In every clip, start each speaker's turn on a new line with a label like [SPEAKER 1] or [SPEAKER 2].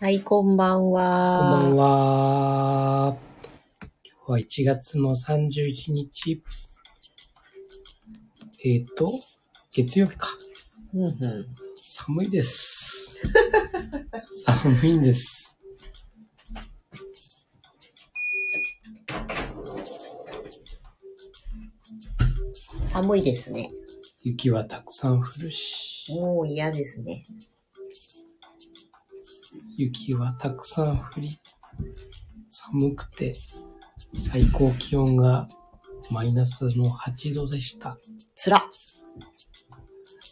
[SPEAKER 1] はい、こんばん
[SPEAKER 2] こんばん
[SPEAKER 1] は。
[SPEAKER 2] は。今日は1月の31日。えっ、と、月曜日か。
[SPEAKER 1] うんうん。
[SPEAKER 2] 寒いです。寒いんです。
[SPEAKER 1] 寒いですね。
[SPEAKER 2] 雪はたくさん降るし、
[SPEAKER 1] もう嫌ですね。
[SPEAKER 2] 雪はたくさん降り、寒くて、最高気温がマイナスの8度でした。
[SPEAKER 1] つらっ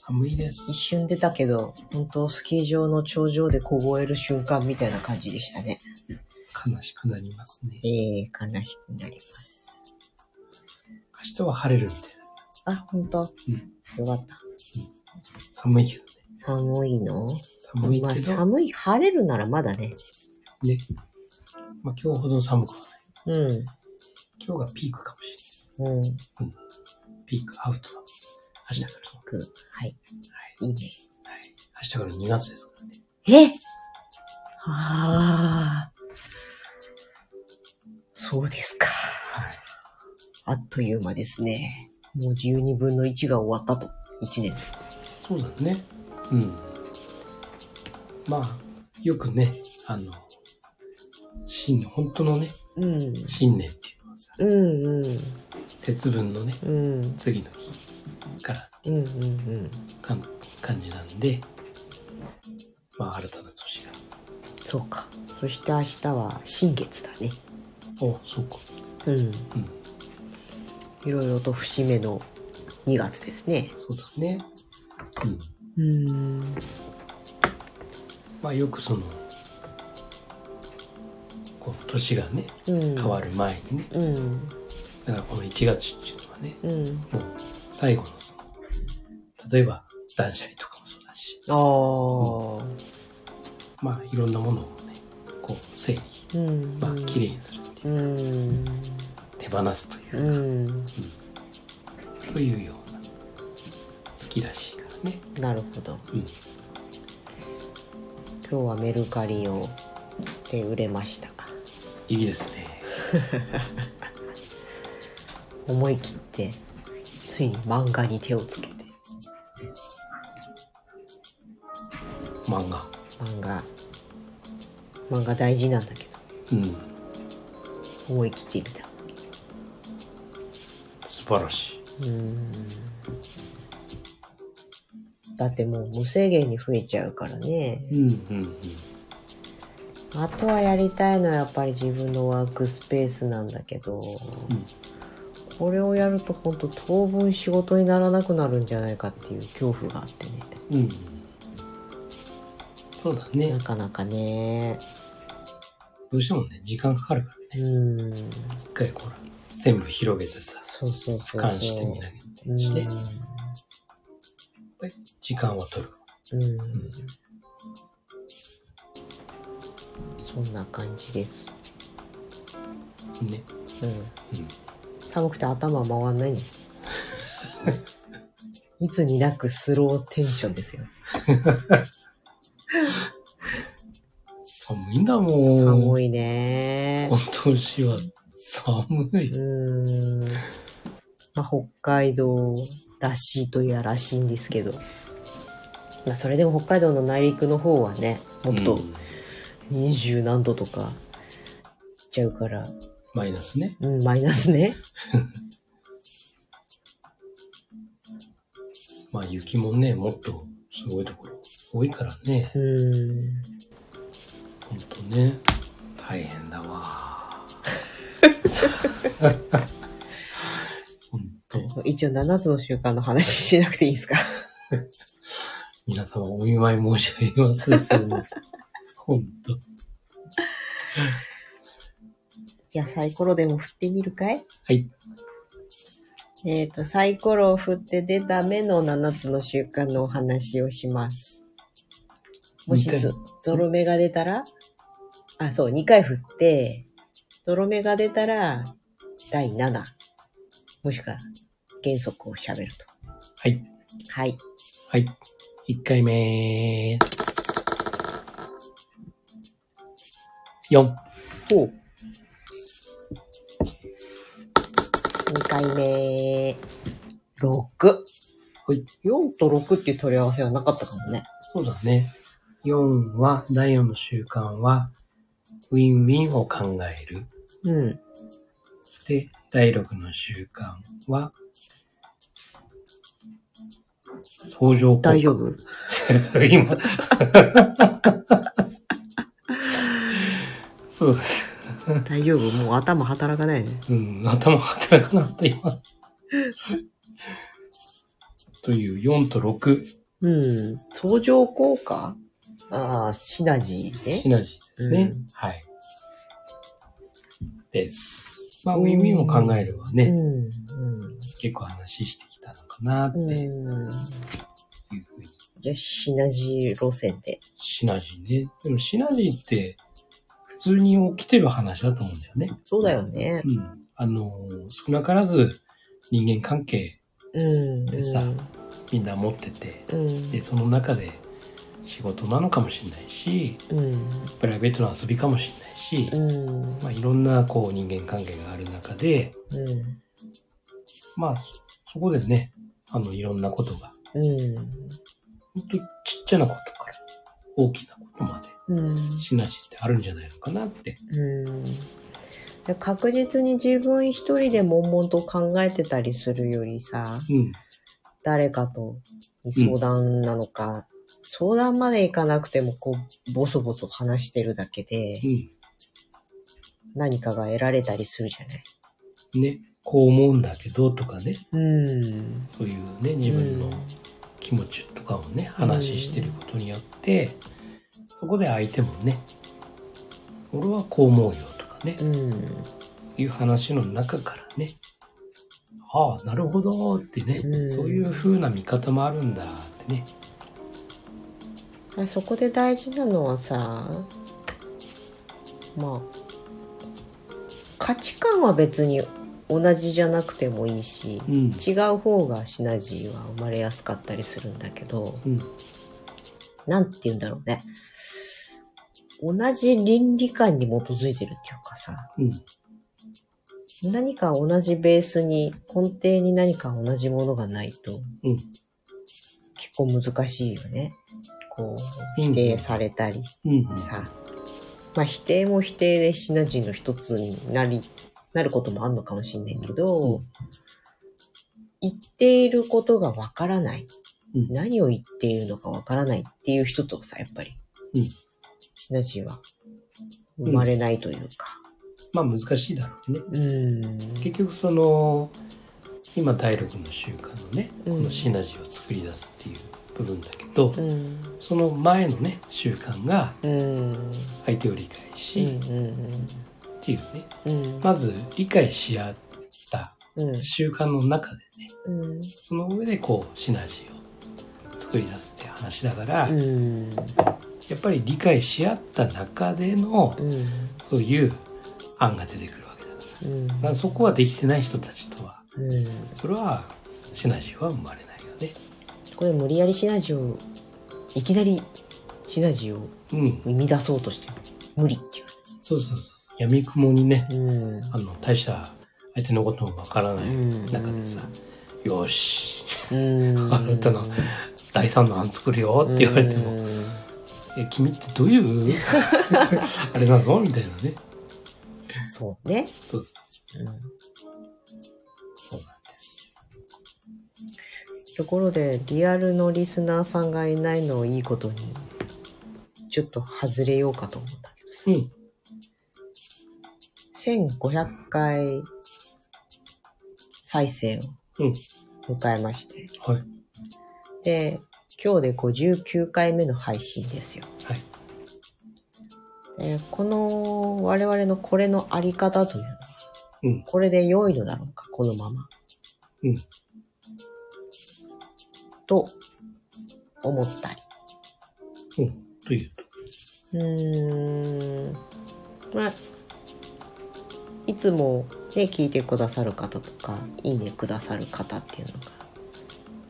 [SPEAKER 2] 寒いです
[SPEAKER 1] 一。瞬出たけど、本当スキー場の頂上で凍える瞬間みたいな感じでしたね。
[SPEAKER 2] 悲しくなりますね。
[SPEAKER 1] ええ悲しくなります。
[SPEAKER 2] 明日は晴れるみたいな。
[SPEAKER 1] あ、本当、
[SPEAKER 2] うん
[SPEAKER 1] よかった。
[SPEAKER 2] 寒いけどね。
[SPEAKER 1] 寒いの
[SPEAKER 2] 寒い
[SPEAKER 1] まあ
[SPEAKER 2] けど。
[SPEAKER 1] 寒い、晴れるならまだね。
[SPEAKER 2] ね。まあ、今日ほど寒くはない。
[SPEAKER 1] うん。
[SPEAKER 2] 今日がピークかもしれな
[SPEAKER 1] うん。
[SPEAKER 2] い。ピークアウトだ。明日から。
[SPEAKER 1] くはい。いいね。
[SPEAKER 2] はい。明日から2月ですからね。
[SPEAKER 1] えああ。そうですか。
[SPEAKER 2] はい。
[SPEAKER 1] あっという間ですね。もう12分の1が終わったと。1年。
[SPEAKER 2] そうだね。うん。まあ、よくね、あの、新、本当のね、
[SPEAKER 1] うん。
[SPEAKER 2] 新年っていうのはさ、
[SPEAKER 1] うんうん。
[SPEAKER 2] 鉄分のね、
[SPEAKER 1] うん。
[SPEAKER 2] 次の日から
[SPEAKER 1] うんうんうん。
[SPEAKER 2] かん感じなんで、まあ、新たな年が。
[SPEAKER 1] そうか。そして明日は新月だね。
[SPEAKER 2] お、そうか。
[SPEAKER 1] うん。
[SPEAKER 2] うん。
[SPEAKER 1] いろいろと節目の2月ですね。
[SPEAKER 2] そうだね。うん。
[SPEAKER 1] うん。
[SPEAKER 2] まあよくそのこう年がね
[SPEAKER 1] 変
[SPEAKER 2] 変わる前にね、
[SPEAKER 1] うん。
[SPEAKER 2] だからこの1月っていうのはね
[SPEAKER 1] うん。
[SPEAKER 2] もう最後のその例えば断捨離とかもそうだし
[SPEAKER 1] ああ。
[SPEAKER 2] まあいろんなものをねこう整理
[SPEAKER 1] うん。
[SPEAKER 2] まあ綺麗にするっていう
[SPEAKER 1] うん。
[SPEAKER 2] 手放すというう、
[SPEAKER 1] ん。
[SPEAKER 2] というような月らしいからね
[SPEAKER 1] なるほど。
[SPEAKER 2] うん
[SPEAKER 1] 今日はメルカリをで売れました。
[SPEAKER 2] いいですね
[SPEAKER 1] 思い切ってついに漫画に手をつけて
[SPEAKER 2] 漫画
[SPEAKER 1] 漫画漫画大事なんだけど
[SPEAKER 2] うん
[SPEAKER 1] 思い切ってみた
[SPEAKER 2] 素晴らしいう
[SPEAKER 1] ーんだってもう無制限に増えちゃうからね
[SPEAKER 2] うんうんうん
[SPEAKER 1] あとはやりたいのはやっぱり自分のワークスペースなんだけど、
[SPEAKER 2] うん
[SPEAKER 1] これをやるとほんと当分仕事にならなくなるんじゃないかっていう恐怖があってね
[SPEAKER 2] うんうんそうだね
[SPEAKER 1] なかなかね
[SPEAKER 2] どうしてもね時間かかるからね
[SPEAKER 1] うーん
[SPEAKER 2] 一回ほら全部広げてさ
[SPEAKER 1] そうそうそうそう
[SPEAKER 2] 俯瞰してみなきゃいけないしねやっぱり時間は取る
[SPEAKER 1] うん、うん、そんな感じです、
[SPEAKER 2] ね、
[SPEAKER 1] うん、
[SPEAKER 2] うん、
[SPEAKER 1] 寒くて頭回んないん じゃんいつになくスローテンションですよ
[SPEAKER 2] 寒いんだもん
[SPEAKER 1] 寒
[SPEAKER 2] い
[SPEAKER 1] い ね
[SPEAKER 2] 今年は寒
[SPEAKER 1] う
[SPEAKER 2] い
[SPEAKER 1] ーん、まあ、北海道らしいといやらしいんですけど、まあ、それでも北海道の内陸の方はねもっと
[SPEAKER 2] うん
[SPEAKER 1] 20何度とかいっちゃうから、
[SPEAKER 2] マイナスね
[SPEAKER 1] うん、マイナスね。
[SPEAKER 2] まあ雪もねもっとすごいところ多いからね
[SPEAKER 1] うーん。
[SPEAKER 2] ほんとね大変だわ ほんと
[SPEAKER 1] 一応7つの習慣の話しなくて いいですか
[SPEAKER 2] 皆様お見舞い申し上げ ますそれもほんと
[SPEAKER 1] じゃあサイコロでも振ってみるかい
[SPEAKER 2] はい。
[SPEAKER 1] えっ、と、サイコロを振って出た目の7つの習慣のお話をします。もし
[SPEAKER 2] 二回
[SPEAKER 1] ゾゾロ目が出たら、あ、そう、2回振って、ゾロ目が出たら、第7、もしくは原則を喋ると。
[SPEAKER 2] はい
[SPEAKER 1] はい。
[SPEAKER 2] はい。1回目。 4。
[SPEAKER 1] ほう。2回目、6。
[SPEAKER 2] ほい。
[SPEAKER 1] 4と6っていう取り合わせはなかったかもね。
[SPEAKER 2] そうだね。4は、第4の習慣は、ウィンウィンを考える。
[SPEAKER 1] うん。
[SPEAKER 2] で、第6の習慣は、相乗効果
[SPEAKER 1] 大丈夫
[SPEAKER 2] 今。 そうです。
[SPEAKER 1] 大丈夫もう頭働かないね。
[SPEAKER 2] うん、頭働かなかった今。という4と6
[SPEAKER 1] うん。相乗効果ああ、シナジー
[SPEAKER 2] シ
[SPEAKER 1] ね。
[SPEAKER 2] ナジーですね。
[SPEAKER 1] うん
[SPEAKER 2] はい。です。まあ、ウィンウィンを考えるはね、
[SPEAKER 1] うん。
[SPEAKER 2] 結構話してきたのかなって
[SPEAKER 1] うん。
[SPEAKER 2] いう
[SPEAKER 1] うん。
[SPEAKER 2] ふうに。
[SPEAKER 1] じゃあ、シナジー路線で。
[SPEAKER 2] シナジーね。でもシナジーって普通に起きてる話だと思うんだよね。
[SPEAKER 1] そうだよね。
[SPEAKER 2] うん。あのー、少なからず人間関係
[SPEAKER 1] うん。
[SPEAKER 2] でさみんな持ってて、
[SPEAKER 1] うん。
[SPEAKER 2] で、その中で仕事なのかもしれないし、
[SPEAKER 1] うん。
[SPEAKER 2] プライベートの遊びかもしれないし、
[SPEAKER 1] うん。
[SPEAKER 2] まあ、いろんなこう人間関係がある中で、
[SPEAKER 1] うん。
[SPEAKER 2] まあ、そそこでね、あの、いろんなことが、
[SPEAKER 1] うん。
[SPEAKER 2] ほんとちっちゃなことから大きなことまで、
[SPEAKER 1] うん、
[SPEAKER 2] シナジーってあるんじゃないのかなって。
[SPEAKER 1] うんで確実に自分一人で悶々と考えてたりするよりさ、
[SPEAKER 2] うん。
[SPEAKER 1] 誰かとに相談なのか、相談までいかなくてもこう、ボソボソ話してるだけで何かが得られたりするじゃない。
[SPEAKER 2] うん。ね、こう思うんだけどとかね、
[SPEAKER 1] うん。
[SPEAKER 2] そういうね、自分の気持ちとかをね、話してることによって、そこで相手もね、俺はこう思うよとかね、
[SPEAKER 1] うん。
[SPEAKER 2] いう話の中からね、ああ、なるほどってね、
[SPEAKER 1] うん
[SPEAKER 2] そういう風な見方もあるんだってね。
[SPEAKER 1] うん、そこで大事なのはさ、まあ、価値観は別に同じじゃなくてもいいし、
[SPEAKER 2] うん。
[SPEAKER 1] 違う方がシナジーは生まれやすかったりするんだけど、
[SPEAKER 2] うん。
[SPEAKER 1] なんて言うんだろうね。同じ倫理観に基づいてるっていうかさ、
[SPEAKER 2] うん。
[SPEAKER 1] 何か同じベースに、根底に何か同じものがないと、
[SPEAKER 2] うん
[SPEAKER 1] 結構難しいよね。こう、
[SPEAKER 2] うん
[SPEAKER 1] 否定されたり
[SPEAKER 2] うん。
[SPEAKER 1] さ、まあ否定も否定でシナジーの一つになり、なることもあるのかもしんないけど、
[SPEAKER 2] うん
[SPEAKER 1] 言っていることがわからない。
[SPEAKER 2] うん
[SPEAKER 1] 何を言っているのかわからないっていう人とさ、やっぱり、
[SPEAKER 2] うん
[SPEAKER 1] シナジーは生まれないというか。
[SPEAKER 2] まあ難しいだろうね。
[SPEAKER 1] うん。
[SPEAKER 2] 結局その、今第6の習慣のね、こ
[SPEAKER 1] うん
[SPEAKER 2] のシナジーを作り出すっていう部分だけど、
[SPEAKER 1] うん。
[SPEAKER 2] その前のね、習慣が
[SPEAKER 1] うん。
[SPEAKER 2] 相手を理解
[SPEAKER 1] う
[SPEAKER 2] し、っ
[SPEAKER 1] ん。
[SPEAKER 2] ていうね、
[SPEAKER 1] うん。
[SPEAKER 2] まず理解し合った
[SPEAKER 1] うん。
[SPEAKER 2] 習慣の中でね、
[SPEAKER 1] うん。
[SPEAKER 2] その上でこうシナジーを作り出すって話だから、
[SPEAKER 1] うん。
[SPEAKER 2] やっぱり理解し合った中での
[SPEAKER 1] うん。
[SPEAKER 2] そういう案が出てくるわけだから
[SPEAKER 1] うん。
[SPEAKER 2] だからそこはできてない人たちとは
[SPEAKER 1] うん。
[SPEAKER 2] それはシナジーは生まれないよね。
[SPEAKER 1] これ無理やりシナジーをいきなりシナジーを
[SPEAKER 2] うん、
[SPEAKER 1] 生み出そうとしても無理っていう
[SPEAKER 2] そうそうそう闇雲にね
[SPEAKER 1] うん
[SPEAKER 2] あの大した相手のこともわからない中でさ「よーし
[SPEAKER 1] うん
[SPEAKER 2] あなたの第三の案作るよ」って言われても
[SPEAKER 1] うん
[SPEAKER 2] 「え君ってどういう あれなの?」みたいなね
[SPEAKER 1] そうね、
[SPEAKER 2] そう
[SPEAKER 1] うん
[SPEAKER 2] そうなんです。
[SPEAKER 1] ところでリアルのリスナーさんがいないのをいいことにちょっと外れようかと思うんだけどさ
[SPEAKER 2] うん
[SPEAKER 1] 1500回再生を
[SPEAKER 2] うん
[SPEAKER 1] 迎えまして、
[SPEAKER 2] はい
[SPEAKER 1] で、今日で59回目の配信ですよ。
[SPEAKER 2] はい
[SPEAKER 1] えーこの我々のこれのあり方というのは、
[SPEAKER 2] うん
[SPEAKER 1] これで良いのだろうか、このまま。
[SPEAKER 2] うん
[SPEAKER 1] と思った
[SPEAKER 2] うん、というと。
[SPEAKER 1] り。うーん。まあ、いつもね、聞いてくださる方とか、いいねくださる方っていうのが、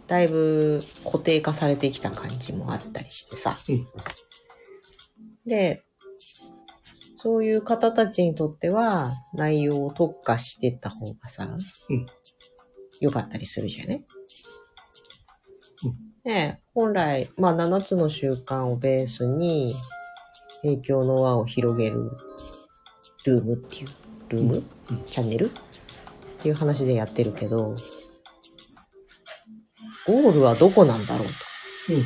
[SPEAKER 1] だいぶ固定化されてきた感じもあったりしてさ。
[SPEAKER 2] うん
[SPEAKER 1] で、そういう方たちにとっては、内容を特化してった方がさ、
[SPEAKER 2] うん
[SPEAKER 1] 良かったりするじゃね、
[SPEAKER 2] うん
[SPEAKER 1] ねえ本来、まあ、7つの習慣をベースに、影響の輪を広げる、ルームっていう、ルーム、
[SPEAKER 2] うんうん
[SPEAKER 1] チャンネルっていう話でやってるけど、ゴールはどこなんだろうと。
[SPEAKER 2] うん。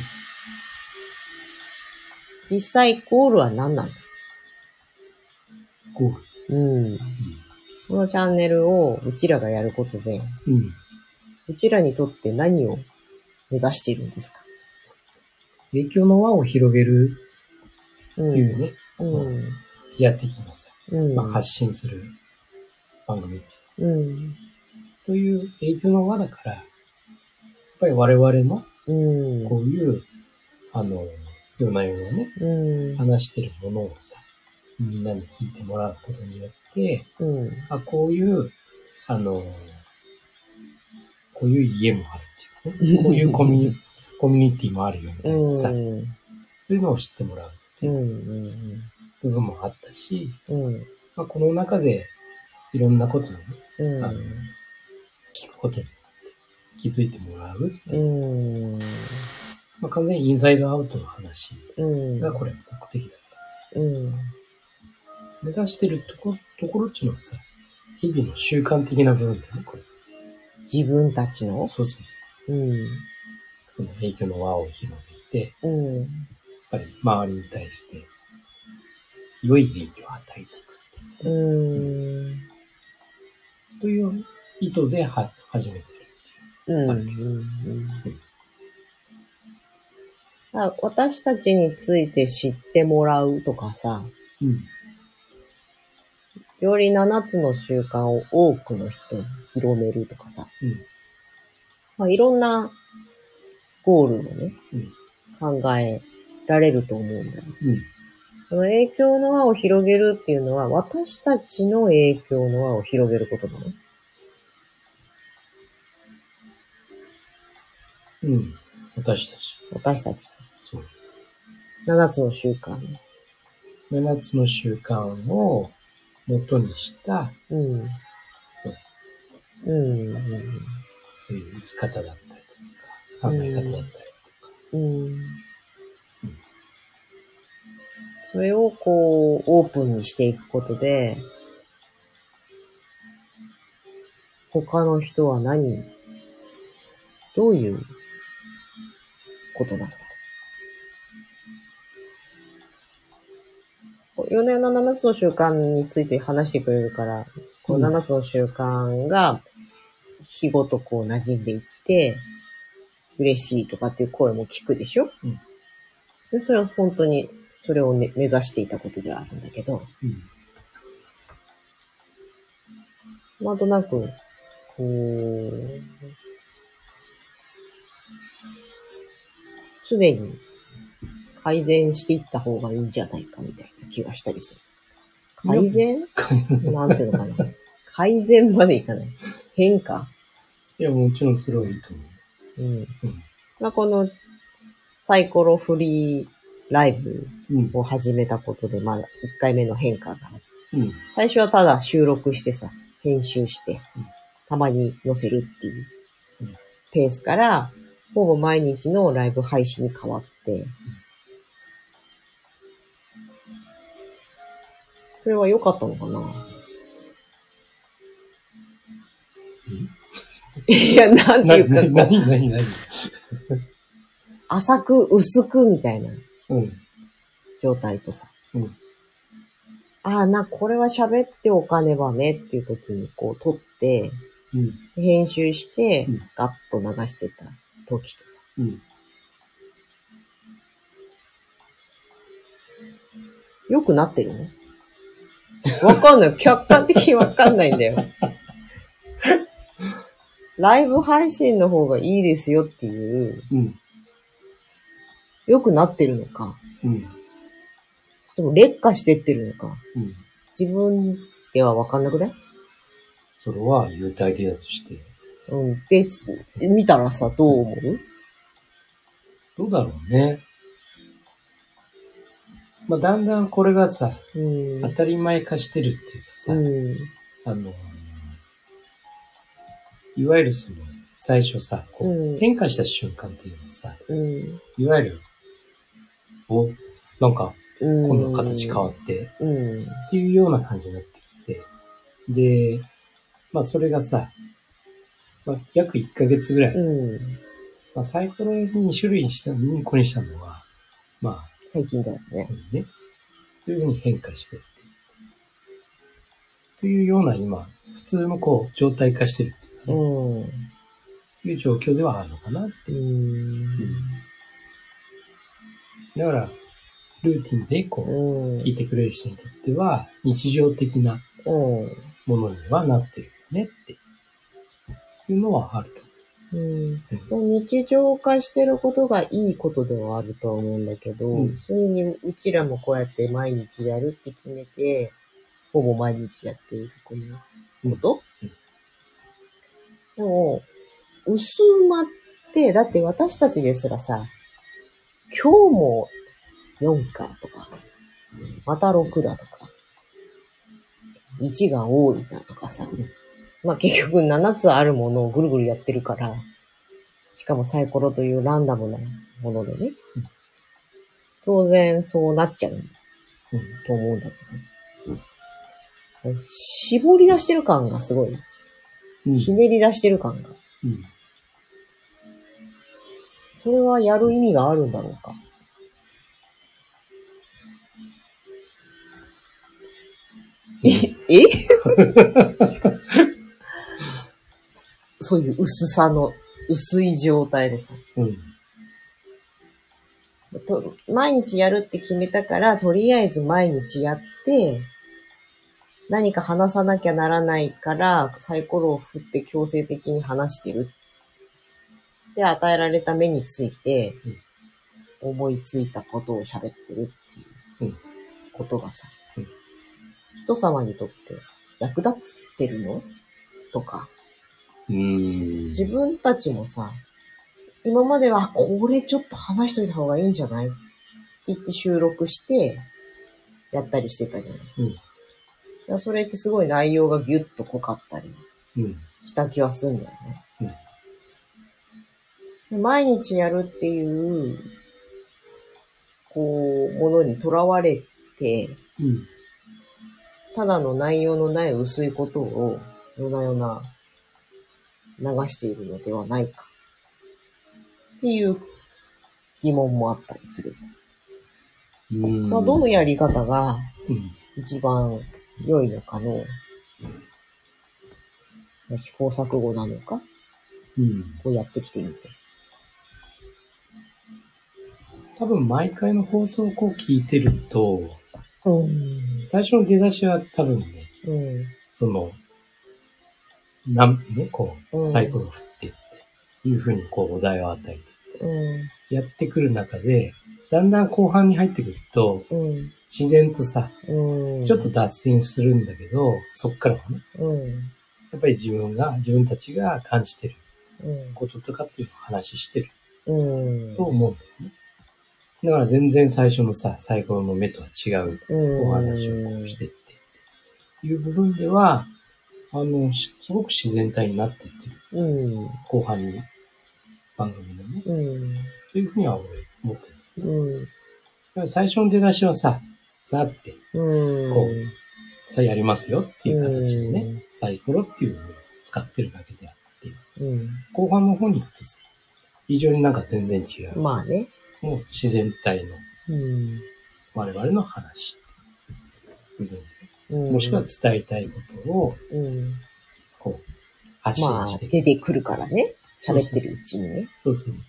[SPEAKER 1] 実際、ゴールは何なんだ
[SPEAKER 2] ゴール。
[SPEAKER 1] うん。このチャンネルをうちらがやることで、
[SPEAKER 2] うん。うん。
[SPEAKER 1] うちらにとって何を目指しているんですか
[SPEAKER 2] 影響の輪を広げる
[SPEAKER 1] う
[SPEAKER 2] っていうね、
[SPEAKER 1] うん。
[SPEAKER 2] やっていきます。
[SPEAKER 1] うん。
[SPEAKER 2] まあ、発信する番組
[SPEAKER 1] うん。
[SPEAKER 2] という影響の輪だから、やっぱり我々の
[SPEAKER 1] うん。
[SPEAKER 2] こういう、あの、世の中をね、
[SPEAKER 1] うん。
[SPEAKER 2] 話してるものをさ、みんなに聞いてもらうことによって、
[SPEAKER 1] うん。
[SPEAKER 2] あ、こういう、あの、こういう家もあるって いうかね、こういうコミュニコミュニティもあるよみた
[SPEAKER 1] う
[SPEAKER 2] い
[SPEAKER 1] ん。
[SPEAKER 2] なさ、そういうのを知ってもらうって
[SPEAKER 1] う。
[SPEAKER 2] いうん部分もあったし、
[SPEAKER 1] うん。
[SPEAKER 2] まあ、この中でいろんなことをね、
[SPEAKER 1] うん。
[SPEAKER 2] あの聞くことによって気づいてもらうっていうう、
[SPEAKER 1] ん。
[SPEAKER 2] まあ、完全にインサイドアウトの話
[SPEAKER 1] うん。
[SPEAKER 2] がこれ目的だからさ、
[SPEAKER 1] うん。
[SPEAKER 2] 目指してるとこところっていうのはさ、日々の習慣的な部分だよね、これ。
[SPEAKER 1] 自分たちの
[SPEAKER 2] そうそうそう。
[SPEAKER 1] うん。
[SPEAKER 2] その影響の輪を広げて、やっ
[SPEAKER 1] うん。
[SPEAKER 2] ぱり周りに対して、良い影響を与えていく
[SPEAKER 1] うん。
[SPEAKER 2] という意図では始めてる。
[SPEAKER 1] うん
[SPEAKER 2] あ
[SPEAKER 1] う
[SPEAKER 2] る
[SPEAKER 1] んあ私たちについて知ってもらうとかさ、
[SPEAKER 2] うん。
[SPEAKER 1] より7つの習慣を多くの人に広めるとかさ、
[SPEAKER 2] うん。
[SPEAKER 1] まあ、いろんなゴールをね、
[SPEAKER 2] うん。
[SPEAKER 1] 考えられると思うんだよ。
[SPEAKER 2] うん。
[SPEAKER 1] その影響の輪を広げるっていうのは、私たちの影響の輪を広げることなの
[SPEAKER 2] うん。私たち。
[SPEAKER 1] 私たち。
[SPEAKER 2] そう。
[SPEAKER 1] 7つの習慣。
[SPEAKER 2] 7つの習慣を元にした、
[SPEAKER 1] うん。うん。うん
[SPEAKER 2] そういう生き方だったりとか、考え方だったりとか。
[SPEAKER 1] うんそれをこう、オープンにしていくことで、他の人は何、どういうことなのか。4年の7つの習慣について話してくれるから、この7つの習慣が日ごとこう馴染んでいって、嬉しいとかっていう声も聞くでしょ、
[SPEAKER 2] うん
[SPEAKER 1] でそれは本当にそれを、ね、目指していたことではあるんだけど、
[SPEAKER 2] うん。
[SPEAKER 1] なんとなく、こう、常に改善していった方がいいんじゃないかみたいな気がしたりする。改善なんていうのかな。改善までいかない。変化。
[SPEAKER 2] いや、もちろんそれはいいと思
[SPEAKER 1] うん。
[SPEAKER 2] う。うん。
[SPEAKER 1] まあ、このサイコロフリーライブ
[SPEAKER 2] うん。
[SPEAKER 1] を始めたことで、まだ1回目の変化があって
[SPEAKER 2] うん。
[SPEAKER 1] 最初はただ収録してさ、編集して
[SPEAKER 2] うん、
[SPEAKER 1] たまに載せるっていう
[SPEAKER 2] うん
[SPEAKER 1] ペースから、ほぼ毎日のライブ配信に変わって、それは良かったのかな いや、なんて
[SPEAKER 2] ないにな
[SPEAKER 1] うか、こう
[SPEAKER 2] になになに
[SPEAKER 1] 浅く薄くみたいな
[SPEAKER 2] うん。
[SPEAKER 1] 状態とさ。
[SPEAKER 2] うん
[SPEAKER 1] ああ、な、これは喋っておかねばねっていう時にこう撮って、
[SPEAKER 2] うん。
[SPEAKER 1] 編集して
[SPEAKER 2] うん、
[SPEAKER 1] ガッと流してた時とさ、
[SPEAKER 2] うん。
[SPEAKER 1] 良くなってるね。わかん ない。客観的にわかんないんだよ。ライブ配信の方がいいですよっていう、
[SPEAKER 2] うん。
[SPEAKER 1] 良くなってるのか、
[SPEAKER 2] うん。
[SPEAKER 1] でも劣化してってるのか、
[SPEAKER 2] うん。
[SPEAKER 1] 自分ではわかんなくない
[SPEAKER 2] それは幽体離脱して、
[SPEAKER 1] うん。で、見たらさ、どう思う
[SPEAKER 2] どうだろうね。まあ、だんだんこれがさ、
[SPEAKER 1] うん
[SPEAKER 2] 当たり前化してるっていうかさ、
[SPEAKER 1] うん
[SPEAKER 2] あの、いわゆるその、最初さ、こ
[SPEAKER 1] うん
[SPEAKER 2] う、変化した瞬間っていうのはさ、
[SPEAKER 1] うん
[SPEAKER 2] いわゆる、お、なんか、
[SPEAKER 1] うん
[SPEAKER 2] 今度は形変わって、
[SPEAKER 1] うん
[SPEAKER 2] っていうような感じになってきて、で、まあそれがさ、まあ、約1ヶ月ぐらい、
[SPEAKER 1] うん
[SPEAKER 2] まあ、サイコロ2種類にした、2個にしたのは、まあ、
[SPEAKER 1] 最近だよね
[SPEAKER 2] そうね。というふうに変化してる。というような今、普通のこう、状態化してるっていうか
[SPEAKER 1] う
[SPEAKER 2] ね、
[SPEAKER 1] んう
[SPEAKER 2] という状況ではあるのかなっていう。
[SPEAKER 1] ん
[SPEAKER 2] だから、ルーティンでこう、
[SPEAKER 1] うん
[SPEAKER 2] 聞いてくれる人にとっては、日常的な
[SPEAKER 1] うん
[SPEAKER 2] ものにはなってるよねっていうのはある
[SPEAKER 1] うん
[SPEAKER 2] と。
[SPEAKER 1] 日常化してることがいいことではあるとは思うんだけど、
[SPEAKER 2] うん
[SPEAKER 1] それにうちらもこうやって毎日やるって決めて、ほぼ毎日やっているこのこと、
[SPEAKER 2] うん
[SPEAKER 1] でも、薄まって、だって私たちですらさ、今日も4かとか、また6だとか、1が多いなとかさ、まあ結局7つあるものをぐるぐるやってるから、しかもサイコロというランダムなものでね
[SPEAKER 2] うん、
[SPEAKER 1] 当然そうなっちゃう
[SPEAKER 2] うん。
[SPEAKER 1] と思うんだけど、絞り出してる感がすごい。
[SPEAKER 2] うん。
[SPEAKER 1] ひねり出してる感が。
[SPEAKER 2] うん。
[SPEAKER 1] それはやる意味があるんだろうか。え えそういう薄さの、薄い状態でさ。
[SPEAKER 2] うん。
[SPEAKER 1] と毎日やるって決めたから、とりあえず毎日やって、何か話さなきゃならないから、サイコロを振って強制的に話してる。で、与えられた目について、思いついたことを喋ってるっていううんことがさ、
[SPEAKER 2] うん
[SPEAKER 1] 人様にとって役立ってるのとか、
[SPEAKER 2] うん。
[SPEAKER 1] 自分たちもさ、今までは、あこれちょっと話しといた方がいいんじゃないって言って収録して、やったりしてたじゃない。
[SPEAKER 2] うん
[SPEAKER 1] いやそれってすごい内容がギュッと濃かったり
[SPEAKER 2] うん。
[SPEAKER 1] した気はすんだよね。で毎日やるっていう、こう、ものにとらわれて、
[SPEAKER 2] うん。
[SPEAKER 1] ただの内容のない薄いことを、夜な夜な流しているのではないか。っていう疑問もあったりする。
[SPEAKER 2] うん。
[SPEAKER 1] まあ、どのやり方が
[SPEAKER 2] うん。
[SPEAKER 1] 一番良いのかの、まあ試行錯誤なのか、
[SPEAKER 2] うん。
[SPEAKER 1] こうやってきてみて。
[SPEAKER 2] 多分毎回の放送をこう聞いてると、
[SPEAKER 1] うん。
[SPEAKER 2] 最初の出だしは多分ね、
[SPEAKER 1] うん。
[SPEAKER 2] その、なん、ね、こ
[SPEAKER 1] う
[SPEAKER 2] う、
[SPEAKER 1] ん。
[SPEAKER 2] サイコロ振ってっていうふうにこうお題を与え
[SPEAKER 1] うん。
[SPEAKER 2] て、やってくる中で、だんだん後半に入ってくると、
[SPEAKER 1] うん。
[SPEAKER 2] 自然とさ、
[SPEAKER 1] うん。
[SPEAKER 2] ちょっと、脱線するんだけど、そっからはね、
[SPEAKER 1] うん。
[SPEAKER 2] やっぱり自分が、自分たちが感じてる
[SPEAKER 1] うん。
[SPEAKER 2] こととかっていうのを話してる
[SPEAKER 1] うん。
[SPEAKER 2] と思うんだよね。だから全然最初のさ、サイコロの目とは違う
[SPEAKER 1] うん。
[SPEAKER 2] お話をこうしてって、いう部分では、あの、しすごく自然体になっていってる。
[SPEAKER 1] うん。
[SPEAKER 2] 後半に、番組のね。
[SPEAKER 1] うん。
[SPEAKER 2] というふうには俺、思ってる。
[SPEAKER 1] うん。
[SPEAKER 2] だから最初の出だしはさ、さーって、こ
[SPEAKER 1] うん。
[SPEAKER 2] さあやりますよっていう形でね、サイコロっていうのを使ってるだけであって、
[SPEAKER 1] うん。
[SPEAKER 2] 後半の方に行くとさ、非常になんか全然違う。
[SPEAKER 1] まあね。
[SPEAKER 2] もう自然体の
[SPEAKER 1] うん。
[SPEAKER 2] 我々の話っていう部
[SPEAKER 1] う
[SPEAKER 2] 分
[SPEAKER 1] ん
[SPEAKER 2] もしくは、伝えたいことを、
[SPEAKER 1] うん、
[SPEAKER 2] こう、発
[SPEAKER 1] ま
[SPEAKER 2] 信
[SPEAKER 1] あ
[SPEAKER 2] し、ていく
[SPEAKER 1] 出てくるからね。喋ってるうちにね。
[SPEAKER 2] そうそうそう。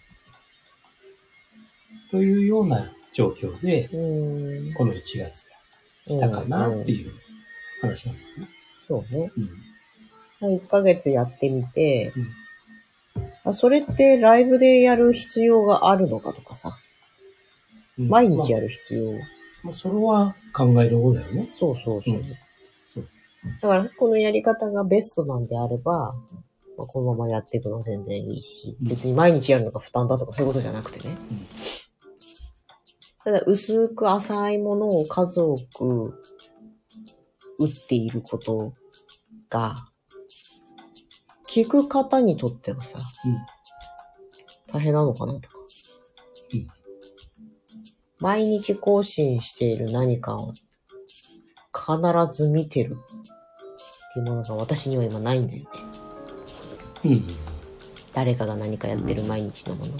[SPEAKER 2] というような状況で、
[SPEAKER 1] うん。
[SPEAKER 2] この1月
[SPEAKER 1] 来
[SPEAKER 2] が来たかなっていう話なんだよね。
[SPEAKER 1] そうね。
[SPEAKER 2] うん。
[SPEAKER 1] 1ヶ月やってみて、あそれってライブでやる必要があるのかとかさ、
[SPEAKER 2] うん
[SPEAKER 1] 毎日や
[SPEAKER 2] る。
[SPEAKER 1] る必要。
[SPEAKER 2] まあ、それは考える方だよね。
[SPEAKER 1] そうそうそう。
[SPEAKER 2] うんそう
[SPEAKER 1] だから、このやり方がベストなんであれば、まあ、このままやっていくのは全然いいし、
[SPEAKER 2] うん
[SPEAKER 1] 別に毎日やるのが負担だとかそういうことじゃなくてね。ただ薄く浅いものを数多く打っていることが、聞く方にとってはさ、大変なのかなとか。
[SPEAKER 2] うん
[SPEAKER 1] 毎日更新している何かを必ず見てるっていうものが私には今ないんだよね。
[SPEAKER 2] うんうん
[SPEAKER 1] 誰かが何かやってる毎日のものを。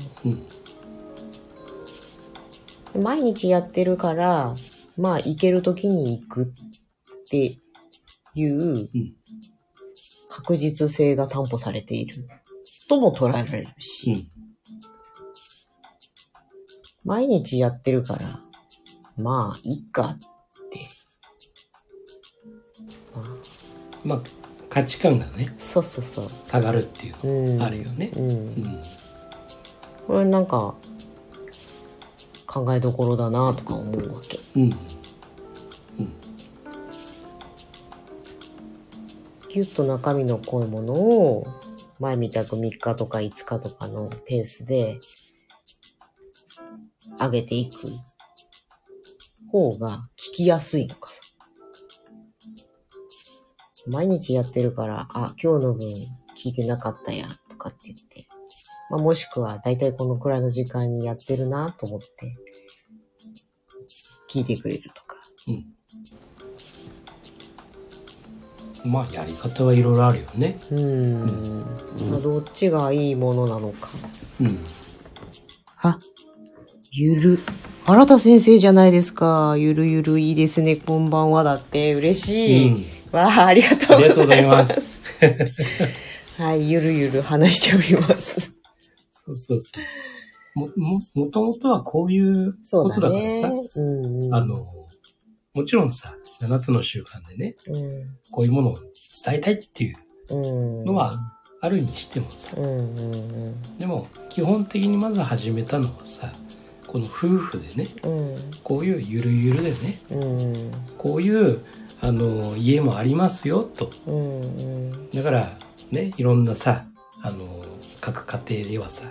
[SPEAKER 2] うん
[SPEAKER 1] 毎日やってるから、まあ行ける時に行くっていう
[SPEAKER 2] うん
[SPEAKER 1] 確実性が担保されているとも捉えられるし、
[SPEAKER 2] うん
[SPEAKER 1] 毎日やってるから、まあいいかって。まあ
[SPEAKER 2] まあ価値観がね
[SPEAKER 1] そうそうそう。
[SPEAKER 2] 下がるっていう
[SPEAKER 1] うん、
[SPEAKER 2] のあるよね、
[SPEAKER 1] うん
[SPEAKER 2] う。ん
[SPEAKER 1] これなんか考えどころだなとか思うわけ。
[SPEAKER 2] うん
[SPEAKER 1] ぎゅっと中身の濃いものを前みたく3日とか5日とかのペースで上げていく方が聞きやすいとかさ。毎日やってるから、あ、今日の分聞いてなかったや、とかって言って。まあ、もしくは、だいたいこのくらいの時間にやってるなと思って、聞いてくれるとか。
[SPEAKER 2] うんまあやり方はいろいろあるよね
[SPEAKER 1] うーん。まあ、どっちがいいものなのか。
[SPEAKER 2] うん
[SPEAKER 1] あ、ゆる。新田先生じゃないですか。ゆるゆるいいですね。こんばんはだって。嬉しい。
[SPEAKER 2] うん
[SPEAKER 1] わあ、ありがと
[SPEAKER 2] あ
[SPEAKER 1] う
[SPEAKER 2] りがと
[SPEAKER 1] ご
[SPEAKER 2] うござ
[SPEAKER 1] ざ
[SPEAKER 2] い
[SPEAKER 1] いま。
[SPEAKER 2] ますす
[SPEAKER 1] はい、ゆるゆる話しております。
[SPEAKER 2] そうそうそうもももともとはこういう
[SPEAKER 1] そ
[SPEAKER 2] こ
[SPEAKER 1] う
[SPEAKER 2] と
[SPEAKER 1] だ
[SPEAKER 2] だから
[SPEAKER 1] ね
[SPEAKER 2] さ、。
[SPEAKER 1] うんうん。
[SPEAKER 2] あ、のもちろんさ7つの習慣でね
[SPEAKER 1] うん。
[SPEAKER 2] こういうものを伝えたいっていう
[SPEAKER 1] うん。
[SPEAKER 2] のは、あるにしてもさ
[SPEAKER 1] うんうん
[SPEAKER 2] でも基本的にまず始めたのはさこの夫婦でね
[SPEAKER 1] うん。うん
[SPEAKER 2] こういうゆるゆるでね
[SPEAKER 1] うん
[SPEAKER 2] こういうあの家もありますよと
[SPEAKER 1] うんうん
[SPEAKER 2] だからねいろんなさあの各家庭ではさ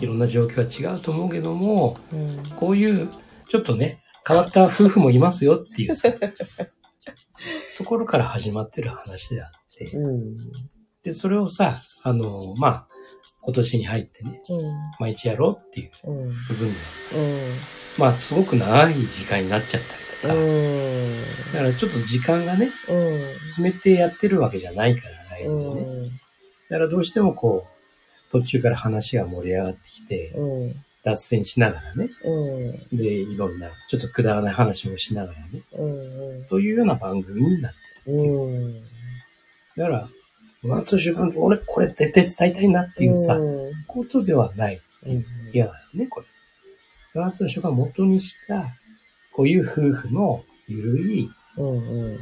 [SPEAKER 2] いろんな状況は違うと思うけども
[SPEAKER 1] うん
[SPEAKER 2] こういうちょっとね変わった夫婦もいますよっていうさところから始まってる話であって
[SPEAKER 1] うん
[SPEAKER 2] でそれをさあのまあ今年に入ってね毎日やろうっていう
[SPEAKER 1] うんうん
[SPEAKER 2] 部分ではさ
[SPEAKER 1] うん
[SPEAKER 2] まあすごく長い時間になっちゃったりとか、
[SPEAKER 1] うん
[SPEAKER 2] だからちょっと時間がね決めてやってるわけじゃないからライブ
[SPEAKER 1] う
[SPEAKER 2] をね、だ
[SPEAKER 1] ん
[SPEAKER 2] からどうしてもこう途中から話が盛り上がってきて
[SPEAKER 1] うん
[SPEAKER 2] 脱線しながらね
[SPEAKER 1] うん
[SPEAKER 2] でいろんなちょっとくだらない話もしながらね
[SPEAKER 1] うん
[SPEAKER 2] というような番組になって
[SPEAKER 1] うんうん
[SPEAKER 2] だから何つう習慣俺これ絶対伝えたいなっていうさ、
[SPEAKER 1] ん
[SPEAKER 2] ことではない
[SPEAKER 1] うん
[SPEAKER 2] いやだよねこれ七つの習慣を元にしたこういう夫婦のゆるい
[SPEAKER 1] うんうん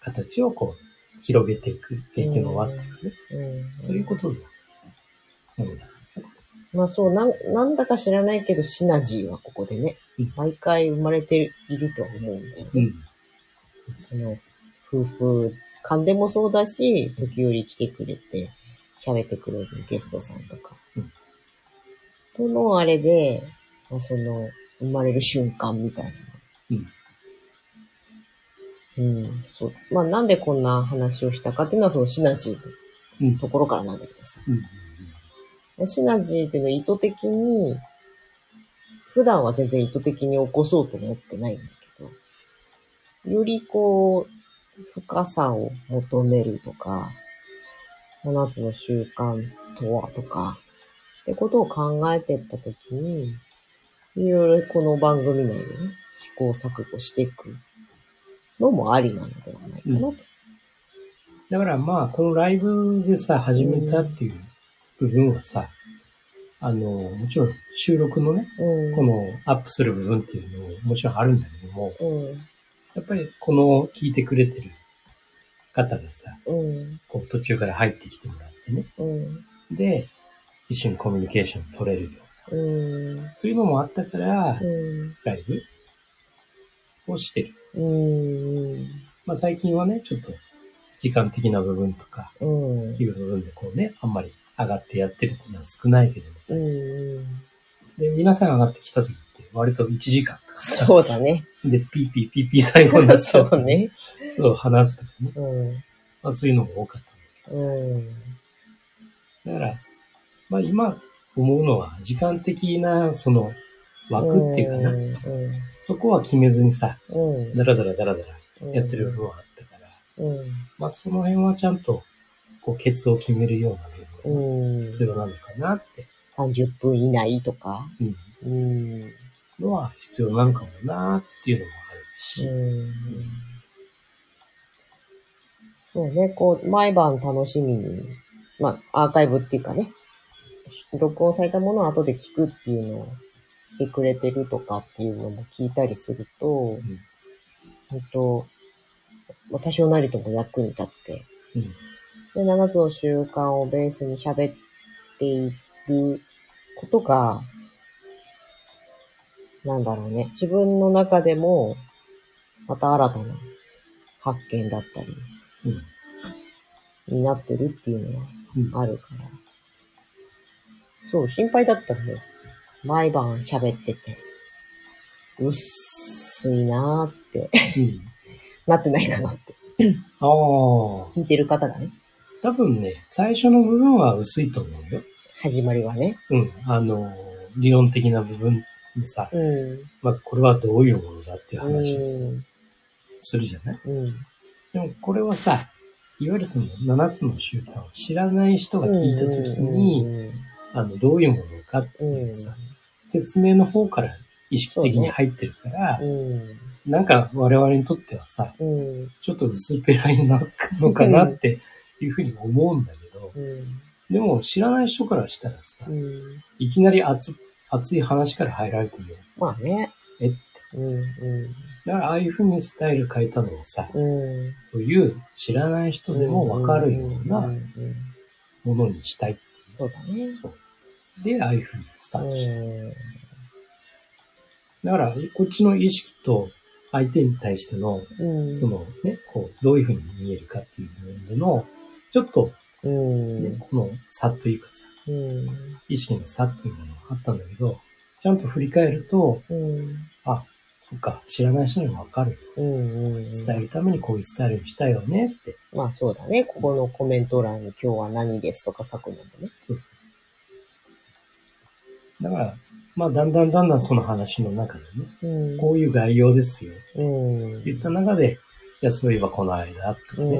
[SPEAKER 2] 形をこう広げていく影響の輪っていうね、
[SPEAKER 1] うん
[SPEAKER 2] ということです。うん
[SPEAKER 1] まあそうなん、なんだか知らないけど、シナジーはここでね
[SPEAKER 2] うん、
[SPEAKER 1] 毎回生まれているとは思うんだよ
[SPEAKER 2] う
[SPEAKER 1] ね。
[SPEAKER 2] ん。
[SPEAKER 1] その、夫婦間でもそうだし、時折来てくれて、喋ってくれるゲストさんとか
[SPEAKER 2] うん。
[SPEAKER 1] とのあれで、まあ、その、生まれる瞬間みたいな。うん、そう。まあなんでこんな話をしたかっていうのは、そのシナジー
[SPEAKER 2] うん。
[SPEAKER 1] のところからなんだけどさ。
[SPEAKER 2] うん。
[SPEAKER 1] シナジーっていうのは意図的に、普段は全然意図的に起こそうと思ってないんだけど、よりこう、深さを求めるとか、7つの習慣とはとか、ってことを考えていったときに、いろいろこの番組内でね、試行錯誤していくのもありなのではないかなと。
[SPEAKER 2] だからまあ、このライブでさ、始めたっていう部分はさ、あの、もちろん収録のね、
[SPEAKER 1] うん。
[SPEAKER 2] このアップする部分っていうのももちろんあるんだけども、
[SPEAKER 1] うん。
[SPEAKER 2] やっぱりこの聞いてくれてる方がさ、
[SPEAKER 1] うん。
[SPEAKER 2] こう途中から入ってきてもらってね、
[SPEAKER 1] うん。
[SPEAKER 2] で、一緒にコミュニケーション取れるよ
[SPEAKER 1] うん。
[SPEAKER 2] というのもあったから、
[SPEAKER 1] うん。
[SPEAKER 2] ライブをしてる。
[SPEAKER 1] うん。
[SPEAKER 2] まあ最近はね、ちょっと時間的な部分とか、
[SPEAKER 1] うん。
[SPEAKER 2] いう部分でこうね、あんまり上がってやってるっていうのは少ないけどもさ、
[SPEAKER 1] うん。
[SPEAKER 2] で、皆さん上がってきた時って、割と1時間とかさ
[SPEAKER 1] そうだね。
[SPEAKER 2] で、ピーピーピーピー最後になっち
[SPEAKER 1] そ
[SPEAKER 2] ゃ。
[SPEAKER 1] ううね。
[SPEAKER 2] そう、話すとかね。
[SPEAKER 1] うん。
[SPEAKER 2] まあそういうのも多かったんだけどさ
[SPEAKER 1] うん。
[SPEAKER 2] だから、まあ今思うのは、時間的な、その、枠っていうかな、そこは決めずにさ、
[SPEAKER 1] うん。うん。
[SPEAKER 2] だらだらだらだら
[SPEAKER 1] うん
[SPEAKER 2] やってる部分はあったから、
[SPEAKER 1] うん。
[SPEAKER 2] まあその辺はちゃんと、こう、ケツを決めるような部分が
[SPEAKER 1] うん。
[SPEAKER 2] 必要なのかなって、
[SPEAKER 1] 30分以内とか。
[SPEAKER 2] うん、
[SPEAKER 1] うん。う
[SPEAKER 2] のは必要なのかもなっていうのもあるし、
[SPEAKER 1] ん。そうね、こう、毎晩楽しみに、まあ、アーカイブっていうかね、録音されたものを後で聞くっていうのをしてくれてるとかっていうのも聞いたりすると、本当私をなりとも役に立って、
[SPEAKER 2] うん
[SPEAKER 1] で、7つの習慣をベースに喋っていることが、なんだろうね、自分の中でも、また新たな発見だったり、
[SPEAKER 2] うん
[SPEAKER 1] になってるっていうの
[SPEAKER 2] うん
[SPEAKER 1] はあるから。そう、心配だったんだよ。毎晩喋ってて、うっすいなーって、
[SPEAKER 2] うん
[SPEAKER 1] なってないかなって。
[SPEAKER 2] ああ、
[SPEAKER 1] 聞いてる方がね、
[SPEAKER 2] 多分ね、最初の部分は薄いと思うよ。
[SPEAKER 1] 始まりはね。
[SPEAKER 2] うん。あの、理論的な部分でさ、
[SPEAKER 1] うん。
[SPEAKER 2] まずこれはどういうものだっていう話をさ
[SPEAKER 1] うん。
[SPEAKER 2] するじゃない
[SPEAKER 1] うん。
[SPEAKER 2] でもこれはさ、いわゆるその7つの習慣を知らない人が聞いたときに、あの、どういうものかって
[SPEAKER 1] うん、
[SPEAKER 2] いうさ、説明の方から意識的に入ってるから
[SPEAKER 1] う、ん。
[SPEAKER 2] なんか我々にとってはさ、
[SPEAKER 1] うん。
[SPEAKER 2] ちょっと薄っぺらいなのかなっていうふうに思うんだけど、
[SPEAKER 1] うん。
[SPEAKER 2] でも知らない人からしたらさ
[SPEAKER 1] う、ん。
[SPEAKER 2] いきなり熱熱い話から入られても、
[SPEAKER 1] まあね。
[SPEAKER 2] えって。
[SPEAKER 1] うん。う
[SPEAKER 2] だからああいうふうにスタイル変えたのもさ、
[SPEAKER 1] ん。うん。
[SPEAKER 2] そういう知らない人でもわかるよう
[SPEAKER 1] う
[SPEAKER 2] なんものにしたいってい
[SPEAKER 1] そうだね
[SPEAKER 2] う。。そう。で、ああいうふうにスタートした。
[SPEAKER 1] うん。
[SPEAKER 2] だから、こっちの意識と相手に対しての、
[SPEAKER 1] うん。
[SPEAKER 2] そのね、こう、どういうふうに見えるかっていう部分での、ちょっと
[SPEAKER 1] う
[SPEAKER 2] ね、
[SPEAKER 1] ん。
[SPEAKER 2] この差というかさ、
[SPEAKER 1] うん。
[SPEAKER 2] 意識の差っていうものがあったんだけど、ちゃんと振り返ると、
[SPEAKER 1] うん。
[SPEAKER 2] あ、そっか、知らない人にもわかるよ。
[SPEAKER 1] うん。うん。
[SPEAKER 2] 伝えるためにこういうスタイルにしたいよねって。
[SPEAKER 1] まあそうだね。ここのコメント欄に今日は何ですとか書くのもね。
[SPEAKER 2] そうそうそう。だから、まあ、だんだんだんだんその話の中でね、
[SPEAKER 1] うん。
[SPEAKER 2] こういう概要ですよ。
[SPEAKER 1] うん。
[SPEAKER 2] 言った中で、いや、そういえばこの間、とか
[SPEAKER 1] う
[SPEAKER 2] ね、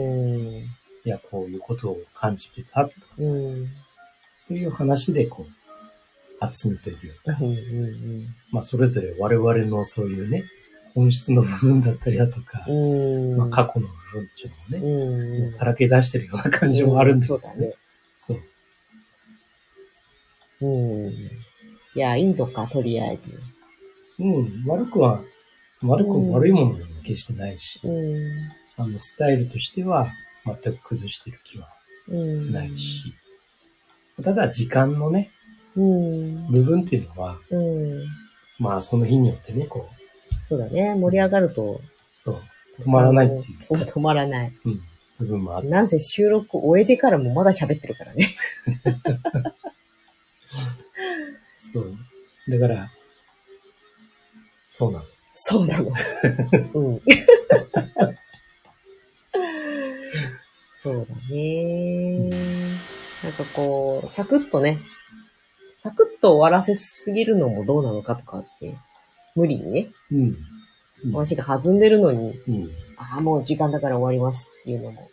[SPEAKER 1] ん。
[SPEAKER 2] いや、こういうことを感じてた、とか
[SPEAKER 1] う
[SPEAKER 2] さ、
[SPEAKER 1] ん。
[SPEAKER 2] という話で、こう、集めてるよ。
[SPEAKER 1] うんうん
[SPEAKER 2] まあ、それぞれ我々のそういうね、本質の部分だったりだとか、
[SPEAKER 1] うん。
[SPEAKER 2] まあ、過去の部分っていうのをね、
[SPEAKER 1] う。
[SPEAKER 2] もうんさらけ出してるような感じもあるんです
[SPEAKER 1] そうだね。。
[SPEAKER 2] そう。
[SPEAKER 1] うん。いや、いいのか、とりあえず。
[SPEAKER 2] うん、悪くは、悪くも悪いものでも決してないし、
[SPEAKER 1] うん。
[SPEAKER 2] あの、スタイルとしては全く崩してる気は
[SPEAKER 1] うん。
[SPEAKER 2] ない。し、ただ時間のね、
[SPEAKER 1] うん。
[SPEAKER 2] 部分っていうのは、
[SPEAKER 1] うん。
[SPEAKER 2] まあその日によってね、こう、
[SPEAKER 1] そうだね。盛り上がると。
[SPEAKER 2] そう、止まらないっていう、
[SPEAKER 1] そう、止まらない。
[SPEAKER 2] うん、部分もあって、
[SPEAKER 1] なんせ収録終えてからもまだ喋ってるからね。
[SPEAKER 2] そう。だから、そうなの。
[SPEAKER 1] そうな の。うん。そうだね。なんかこう、サクッとね、サクッと終わらせすぎるのもどうなのかとかって、無理にね、
[SPEAKER 2] うん。うん
[SPEAKER 1] 話が弾んでるのに、
[SPEAKER 2] うん。
[SPEAKER 1] ああ、もう時間だから終わりますっていうのも、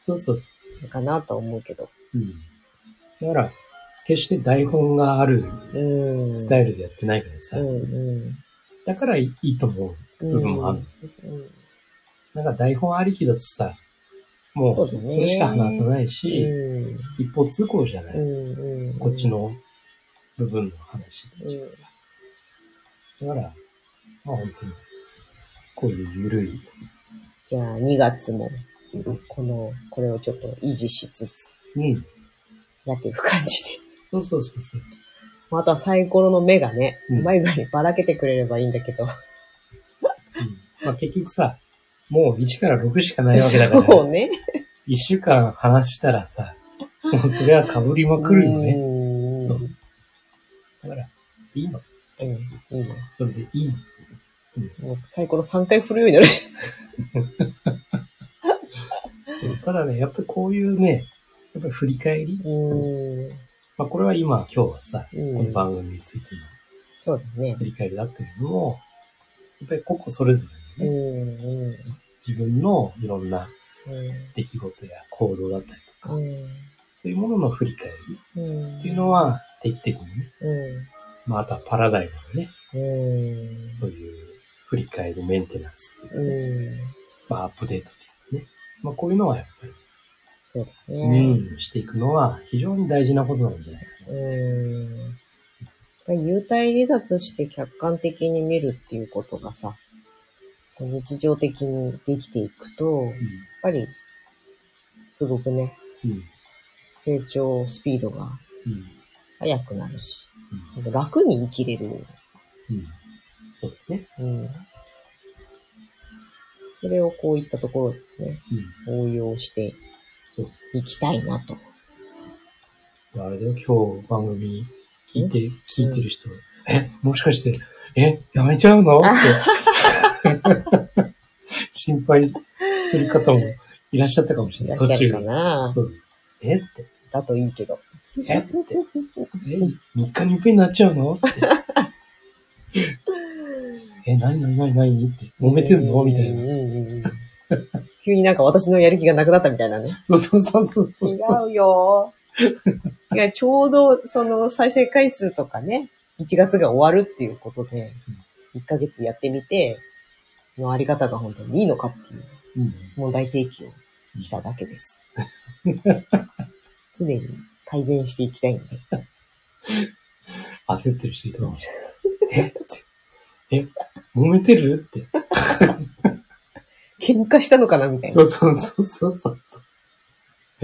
[SPEAKER 2] そうそうそ
[SPEAKER 1] かなとは思うけど。
[SPEAKER 2] う。うん。だから、決して台本がある
[SPEAKER 1] うん。
[SPEAKER 2] スタイルでやってないからさ、
[SPEAKER 1] うんうん。
[SPEAKER 2] だからいいと思う。
[SPEAKER 1] うん
[SPEAKER 2] 部分もある。
[SPEAKER 1] うん
[SPEAKER 2] なんか台本ありきだとさ、もう
[SPEAKER 1] そ
[SPEAKER 2] そう
[SPEAKER 1] だね
[SPEAKER 2] れしか話さないし、
[SPEAKER 1] うん
[SPEAKER 2] 一方通行じゃない、
[SPEAKER 1] うんうん。
[SPEAKER 2] こっちの部分の話
[SPEAKER 1] うん。うん
[SPEAKER 2] だから、まあ本当に、こういうゆるい、
[SPEAKER 1] じゃあ、2月も、この、これをちょっと維持しつつ、
[SPEAKER 2] うん。
[SPEAKER 1] やっていく感じで。
[SPEAKER 2] そうそうそうそうそう。
[SPEAKER 1] またサイコロの目がね、
[SPEAKER 2] うん
[SPEAKER 1] うまい具合にばらけてくれればいいんだけど。
[SPEAKER 2] うん、まあ結局さ、もう1から6しかないわけだから、
[SPEAKER 1] そうね。
[SPEAKER 2] 1週間話したらさ、もうそれは被りまくるよね。
[SPEAKER 1] う
[SPEAKER 2] そ
[SPEAKER 1] ん
[SPEAKER 2] うだから、いいの。
[SPEAKER 1] うん、いいね。
[SPEAKER 2] それでいいの。うん
[SPEAKER 1] もうサイコロ3回振るようになる。
[SPEAKER 2] そうただね、やっぱりこういうね、やっぱり振り返り、
[SPEAKER 1] うん。
[SPEAKER 2] まあ、これは今、今日はさ、
[SPEAKER 1] うん
[SPEAKER 2] この番組についての
[SPEAKER 1] そうだね
[SPEAKER 2] 振。り返りだったけども、やっぱり個々それぞ
[SPEAKER 1] う
[SPEAKER 2] れ
[SPEAKER 1] ん、
[SPEAKER 2] のね、
[SPEAKER 1] うん。
[SPEAKER 2] 自分のいろんな
[SPEAKER 1] うん
[SPEAKER 2] 出来事や行動だったりとか、
[SPEAKER 1] うん。
[SPEAKER 2] そういうものの振り返り
[SPEAKER 1] うん。
[SPEAKER 2] っていうのは定期的にね、
[SPEAKER 1] うん。
[SPEAKER 2] まあ、あとはパラダイムのね、
[SPEAKER 1] うん。
[SPEAKER 2] そういう振り返りメンテナンスっていうう、
[SPEAKER 1] ん。
[SPEAKER 2] まあ、アップデートっていうかね、まあ、こういうのはやっぱり、
[SPEAKER 1] そうだ
[SPEAKER 2] メイ
[SPEAKER 1] ね。
[SPEAKER 2] ンにしていくのは非常に大事なことなんじゃないかな。
[SPEAKER 1] うん。やっぱり幽体離脱して客観的に見るっていうことがさ、こう日常的にできていくと、やっぱり、すごくね、
[SPEAKER 2] うん。うん。
[SPEAKER 1] 成長スピードが
[SPEAKER 2] うん。
[SPEAKER 1] 速くなるし、
[SPEAKER 2] う
[SPEAKER 1] ほんと楽に生きれる。
[SPEAKER 2] んうん。そうだね。
[SPEAKER 1] うん。それをこういったところですね、
[SPEAKER 2] うん。
[SPEAKER 1] 応用して
[SPEAKER 2] そうそ
[SPEAKER 1] いきたいなと。
[SPEAKER 2] う。あれだよ、今日番組聞いて、聞いてる人、え、もしかして、え、やめちゃうのって
[SPEAKER 1] あ。
[SPEAKER 2] 心配する方もいらっしゃったかもし
[SPEAKER 1] い
[SPEAKER 2] れ
[SPEAKER 1] ら
[SPEAKER 2] な
[SPEAKER 1] っし
[SPEAKER 2] い。途
[SPEAKER 1] ゃ
[SPEAKER 2] 中
[SPEAKER 1] るかな
[SPEAKER 2] そう。えって、
[SPEAKER 1] だといいけど。
[SPEAKER 2] えって、え、3日に一遍になっちゃうのって。 え、なになになになにって、揉めてんのみたいな。
[SPEAKER 1] な。急になんか私のやる気がなくなったみたいなね。
[SPEAKER 2] そうそうそうそうそう。
[SPEAKER 1] 違うよ。いや、ちょうどその再生回数とかね、1月が終わるっていうことで、1ヶ月やってみて、のあり方が本当にいいのかっていう
[SPEAKER 2] うん
[SPEAKER 1] 問題提起をしただけです。常に改善していきたいんで。
[SPEAKER 2] 焦ってる人いたかもしれない。えって。え、揉めてるって。
[SPEAKER 1] 喧嘩したのかなみたい
[SPEAKER 2] そ
[SPEAKER 1] な。
[SPEAKER 2] うそうそうそうそう。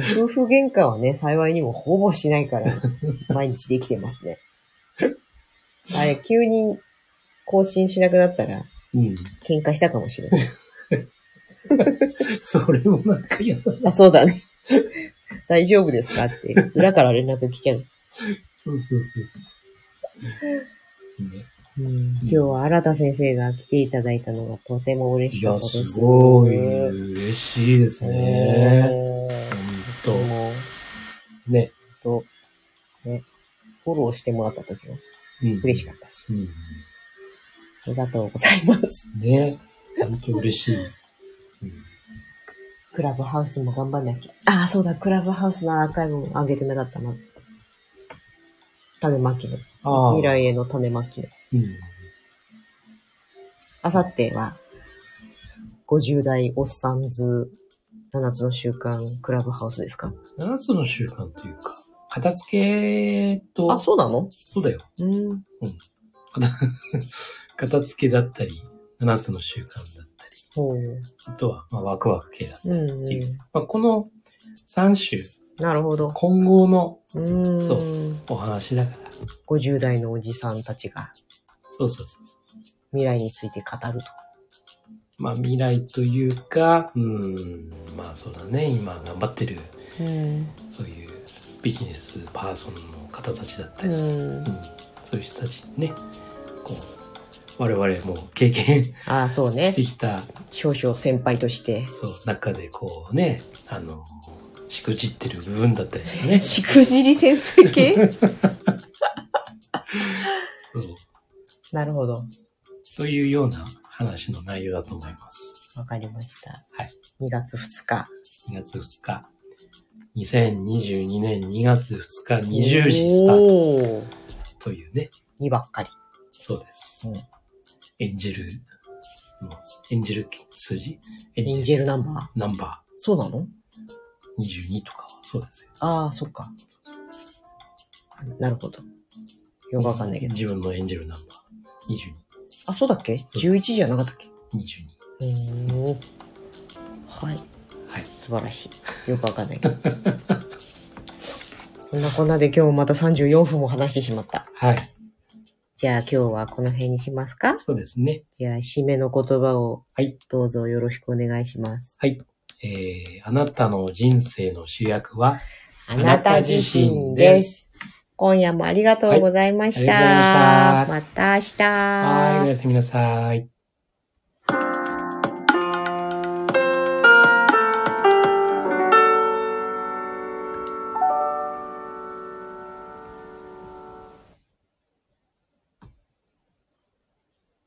[SPEAKER 1] 夫婦喧嘩はね、幸いにもほぼしない から、毎日できてますね。あれ、急に更新しなくなったら、
[SPEAKER 2] うん。
[SPEAKER 1] 喧嘩したかもしれ ない。
[SPEAKER 2] それもなんか嫌だな。
[SPEAKER 1] あ、そうだね。大丈夫ですかって、裏から連絡来ちゃう。
[SPEAKER 2] そうそうそうそう。ね、
[SPEAKER 1] 今日は新田先生が来ていただいたのがとても嬉
[SPEAKER 2] い
[SPEAKER 1] しか
[SPEAKER 2] や、
[SPEAKER 1] ったです。
[SPEAKER 2] すごい嬉しいですね。
[SPEAKER 1] ねえ。
[SPEAKER 2] ほん
[SPEAKER 1] もう
[SPEAKER 2] と。ね。
[SPEAKER 1] と、ね、フォローしてもらった時も
[SPEAKER 2] うん
[SPEAKER 1] 嬉しかったし。
[SPEAKER 2] うん
[SPEAKER 1] ありがとうございます。
[SPEAKER 2] ね。本当嬉しい。うん
[SPEAKER 1] クラブハウスも頑張んなきゃ。ああ、そうだ、クラブハウスのアーカイブも上げてなかったな。種まきの。
[SPEAKER 2] ああ。
[SPEAKER 1] 未来への種まきの。
[SPEAKER 2] うん。
[SPEAKER 1] あさっては、50代おっさんず、7つの習慣、クラブハウスですか
[SPEAKER 2] 7つの習慣というか、片付けと、
[SPEAKER 1] あ、そうなの
[SPEAKER 2] そうだよ。
[SPEAKER 1] うん。
[SPEAKER 2] 片片付けだったり、7つの習慣だったり、
[SPEAKER 1] ほう。
[SPEAKER 2] あとは、まあ、ワクワク系だったり。
[SPEAKER 1] うん、う
[SPEAKER 2] ってい
[SPEAKER 1] ん。
[SPEAKER 2] まあ、この3種、
[SPEAKER 1] なるほど。
[SPEAKER 2] 混合の
[SPEAKER 1] うーん。
[SPEAKER 2] そうお話だから。
[SPEAKER 1] 50代のおじさんたちが
[SPEAKER 2] そうそうそうそ
[SPEAKER 1] 未来について語ると。
[SPEAKER 2] う。まあ、未来というか、うーん、まあ、そうだね。今頑張ってる、
[SPEAKER 1] うん。
[SPEAKER 2] そういうビジネスパーソンの方たちだった
[SPEAKER 1] う
[SPEAKER 2] り、う
[SPEAKER 1] ん。
[SPEAKER 2] ん、そういう人たちにね、こう、我々も経験し
[SPEAKER 1] ああ、そうね
[SPEAKER 2] て。きた、
[SPEAKER 1] 少々先輩として。
[SPEAKER 2] そう、中でこうね、あの、しくじってる部分だったりとか ね。
[SPEAKER 1] しくじり先生系
[SPEAKER 2] そう
[SPEAKER 1] なるほど。
[SPEAKER 2] そういうような話の内容だと思います。
[SPEAKER 1] わかりました。
[SPEAKER 2] はい。
[SPEAKER 1] 2月2日。
[SPEAKER 2] 2月2日。2022年2月2日20時スター
[SPEAKER 1] ート。
[SPEAKER 2] トというね。
[SPEAKER 1] 2ばっかり。
[SPEAKER 2] そうです。
[SPEAKER 1] うん
[SPEAKER 2] エンジェルの、エンジェル数字エ
[SPEAKER 1] エンジェルナン
[SPEAKER 2] ー。
[SPEAKER 1] バ
[SPEAKER 2] ナンバ
[SPEAKER 1] ー。そうなの
[SPEAKER 2] ー22とかはそうですよ。
[SPEAKER 1] ああ、そっか。なるほど。よくわかんないけど。
[SPEAKER 2] 自分のエンジェルナンバー。22。
[SPEAKER 1] あ、そうだっけ
[SPEAKER 2] う
[SPEAKER 1] ?11 じゃなかったっけ
[SPEAKER 2] 22。
[SPEAKER 1] うーん。はい。
[SPEAKER 2] はい。
[SPEAKER 1] 素晴らしい。よくわかん ないけど。そんなこんなで今日もまた34分も話してしまった。
[SPEAKER 2] はい。
[SPEAKER 1] じゃあ今日はこの辺にしますか
[SPEAKER 2] そうですね。
[SPEAKER 1] じゃあ締めの言葉を
[SPEAKER 2] はい
[SPEAKER 1] どうぞよろしくお願いします。
[SPEAKER 2] はい。えー、あなたの人生の主役は、
[SPEAKER 1] あ
[SPEAKER 2] なた自身です。
[SPEAKER 1] 今夜もありがとうございました。
[SPEAKER 2] はいありがとうござい
[SPEAKER 1] また明日。
[SPEAKER 2] はい、おやすみなさい。